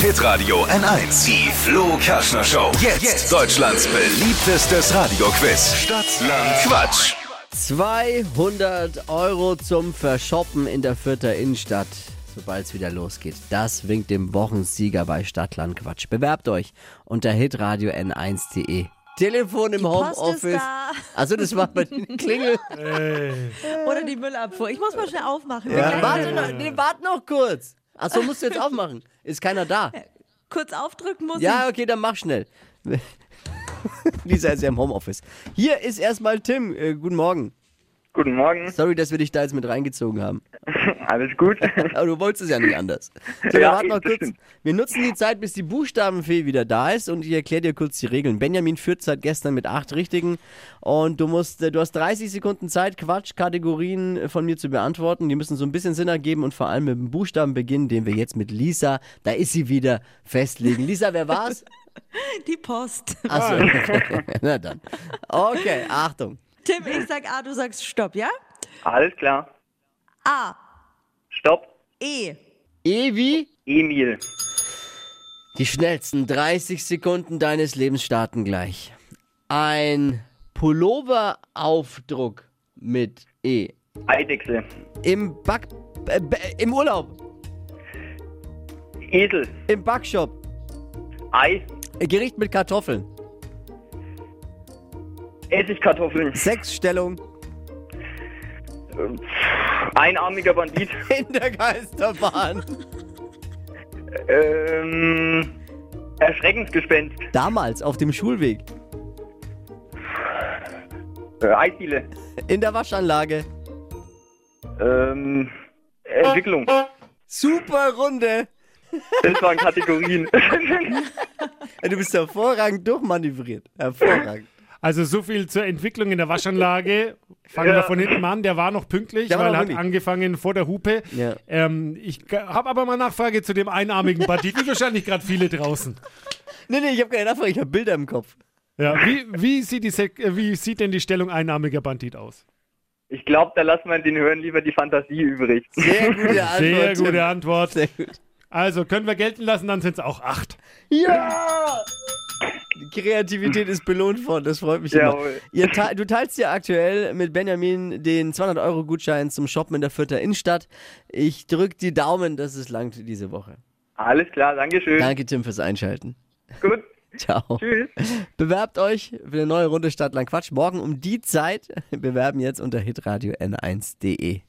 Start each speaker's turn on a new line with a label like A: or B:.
A: Hitradio N1. Die Flo Kaschner Show. Jetzt, Deutschlands beliebtestes Radioquiz. Stadt, Land, Quatsch.
B: 200 Euro zum Verschoppen in der Fürther Innenstadt, sobald es wieder losgeht. Das winkt dem Wochensieger bei Stadtland Quatsch. Bewerbt eueuch unter hitradio n1.de. Telefon im
C: Post ist
B: Homeoffice.
C: da.
B: Also das macht man die Klingel.
C: Oder die Müllabfuhr. Ich muss mal schnell aufmachen.
B: Ja,
C: Okay.
B: warte noch, nee, warte noch kurz. Achso, musst du jetzt aufmachen. Ist keiner da.
C: Kurz aufdrücken muss
B: Ja, okay, dann mach schnell. Lisa ist ja im Homeoffice. Hier ist erstmal Tim. Äh, guten Morgen.
D: Guten Morgen,
B: Sorry, dass wir dich da jetzt mit reingezogen haben.
D: alles gut?
B: Aber du wolltest es ja nicht anders. So, wir
D: Ja,
B: warten noch
D: das
B: kurz.
D: stimmt.
B: Wir nutzen die Zeit, bis die Buchstabenfee wieder da ist und ich erkläre dir kurz die Regeln. Benjamin führt seit gestern mit acht richtigen und du musst, äh, du hast 30 Sekunden Zeit, Quatschkategorien äh, von mir zu beantworten. Die müssen so ein bisschen Sinn ergeben und vor allem mit dem Buchstaben beginnen, den wir jetzt mit Lisa, da ist sie wieder, festlegen. Lisa, wer war's?
C: ich die Post.
B: Achso, okay. na dann. Okay, Achtung.
C: Tim, ich sag A, du sagst Stopp, ja?
D: Alles klar.
C: A,
D: Stopp.
C: E.
B: Evi,
D: Emil.
B: Die schnellsten 30 Sekunden deines Lebens starten gleich. Ein Pulloveraufdruck mit E.
D: Eidechse.
B: Im Back. Äh, b- äh, Im Urlaub.
D: Esel.
B: Im Backshop.
D: Ei.
B: Äh, Gericht mit Kartoffeln.
D: Essigkartoffeln.
B: Sexstellung.
D: Einarmiger Bandit.
B: In der Geisterbahn.
D: Ähm. Erschreckensgespenst.
B: Damals auf dem Schulweg.
D: Äh, Eisdiele.
B: In der Waschanlage.
D: Ähm. Entwicklung.
B: Super Runde.
D: Das waren Kategorien.
B: Äh, Du bist hervorragend durchmanövriert. Hervorragend.
E: Also so viel zur Entwicklung in der Waschanlage. Fangen wir
D: Ja.
E: von hinten an. Der war noch pünktlich,
B: Der war
E: weil
B: noch
E: er hat
B: pünktlich.
E: angefangen vor der Hupe.
B: Ja.
E: Ähm, ich habe aber mal Nachfrage zu dem einarmigen Bandit. Wie wahrscheinlich gerade viele draußen.
B: Nee, nee, ich habe keine Nachfrage. Ich habe Bilder im Kopf.
E: Ja, wie, wie, sieht die Sek äh, wie sieht denn die Stellung einarmiger Bandit aus?
D: Ich glaube, da lassen wir den Hören lieber die Fantasie übrig.
B: Sehr gute Antwort.
E: Sehr
B: Also, Tim.
E: gute Antwort.
B: Sehr gut.
E: Also können wir gelten lassen, dann sind es auch acht.
B: Ja! Die Kreativität ist belohnt worden, das freut mich
D: Jawohl.
B: immer. Ihr te du teilst ja aktuell mit Benjamin den 200-Euro-Gutschein zum Shoppen in der Fürther Innenstadt. Ich drücke die Daumen, dass es langt diese Woche.
D: Alles klar, Dankeschön.
B: Danke, Tim, fürs Einschalten.
D: Gut.
B: Ciao.
D: Tschüss.
B: Bewerbt euch für eine neue Runde Stadtland Quatsch. Morgen um die Zeit bewerben jetzt unter hitradio n1.de.